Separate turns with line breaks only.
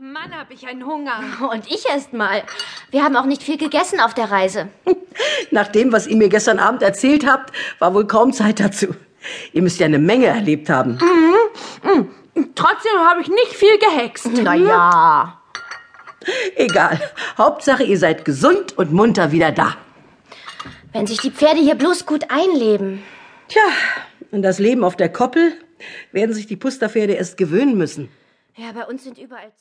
Mann, hab ich einen Hunger.
Und ich erst mal. Wir haben auch nicht viel gegessen auf der Reise.
Nach dem, was ihr mir gestern Abend erzählt habt, war wohl kaum Zeit dazu. Ihr müsst ja eine Menge erlebt haben.
Trotzdem habe ich nicht viel gehext.
Naja.
Egal. Hauptsache, ihr seid gesund und munter wieder da.
Wenn sich die Pferde hier bloß gut einleben.
Tja, und das Leben auf der Koppel werden sich die Pusterpferde erst gewöhnen müssen.
Ja, bei uns sind überall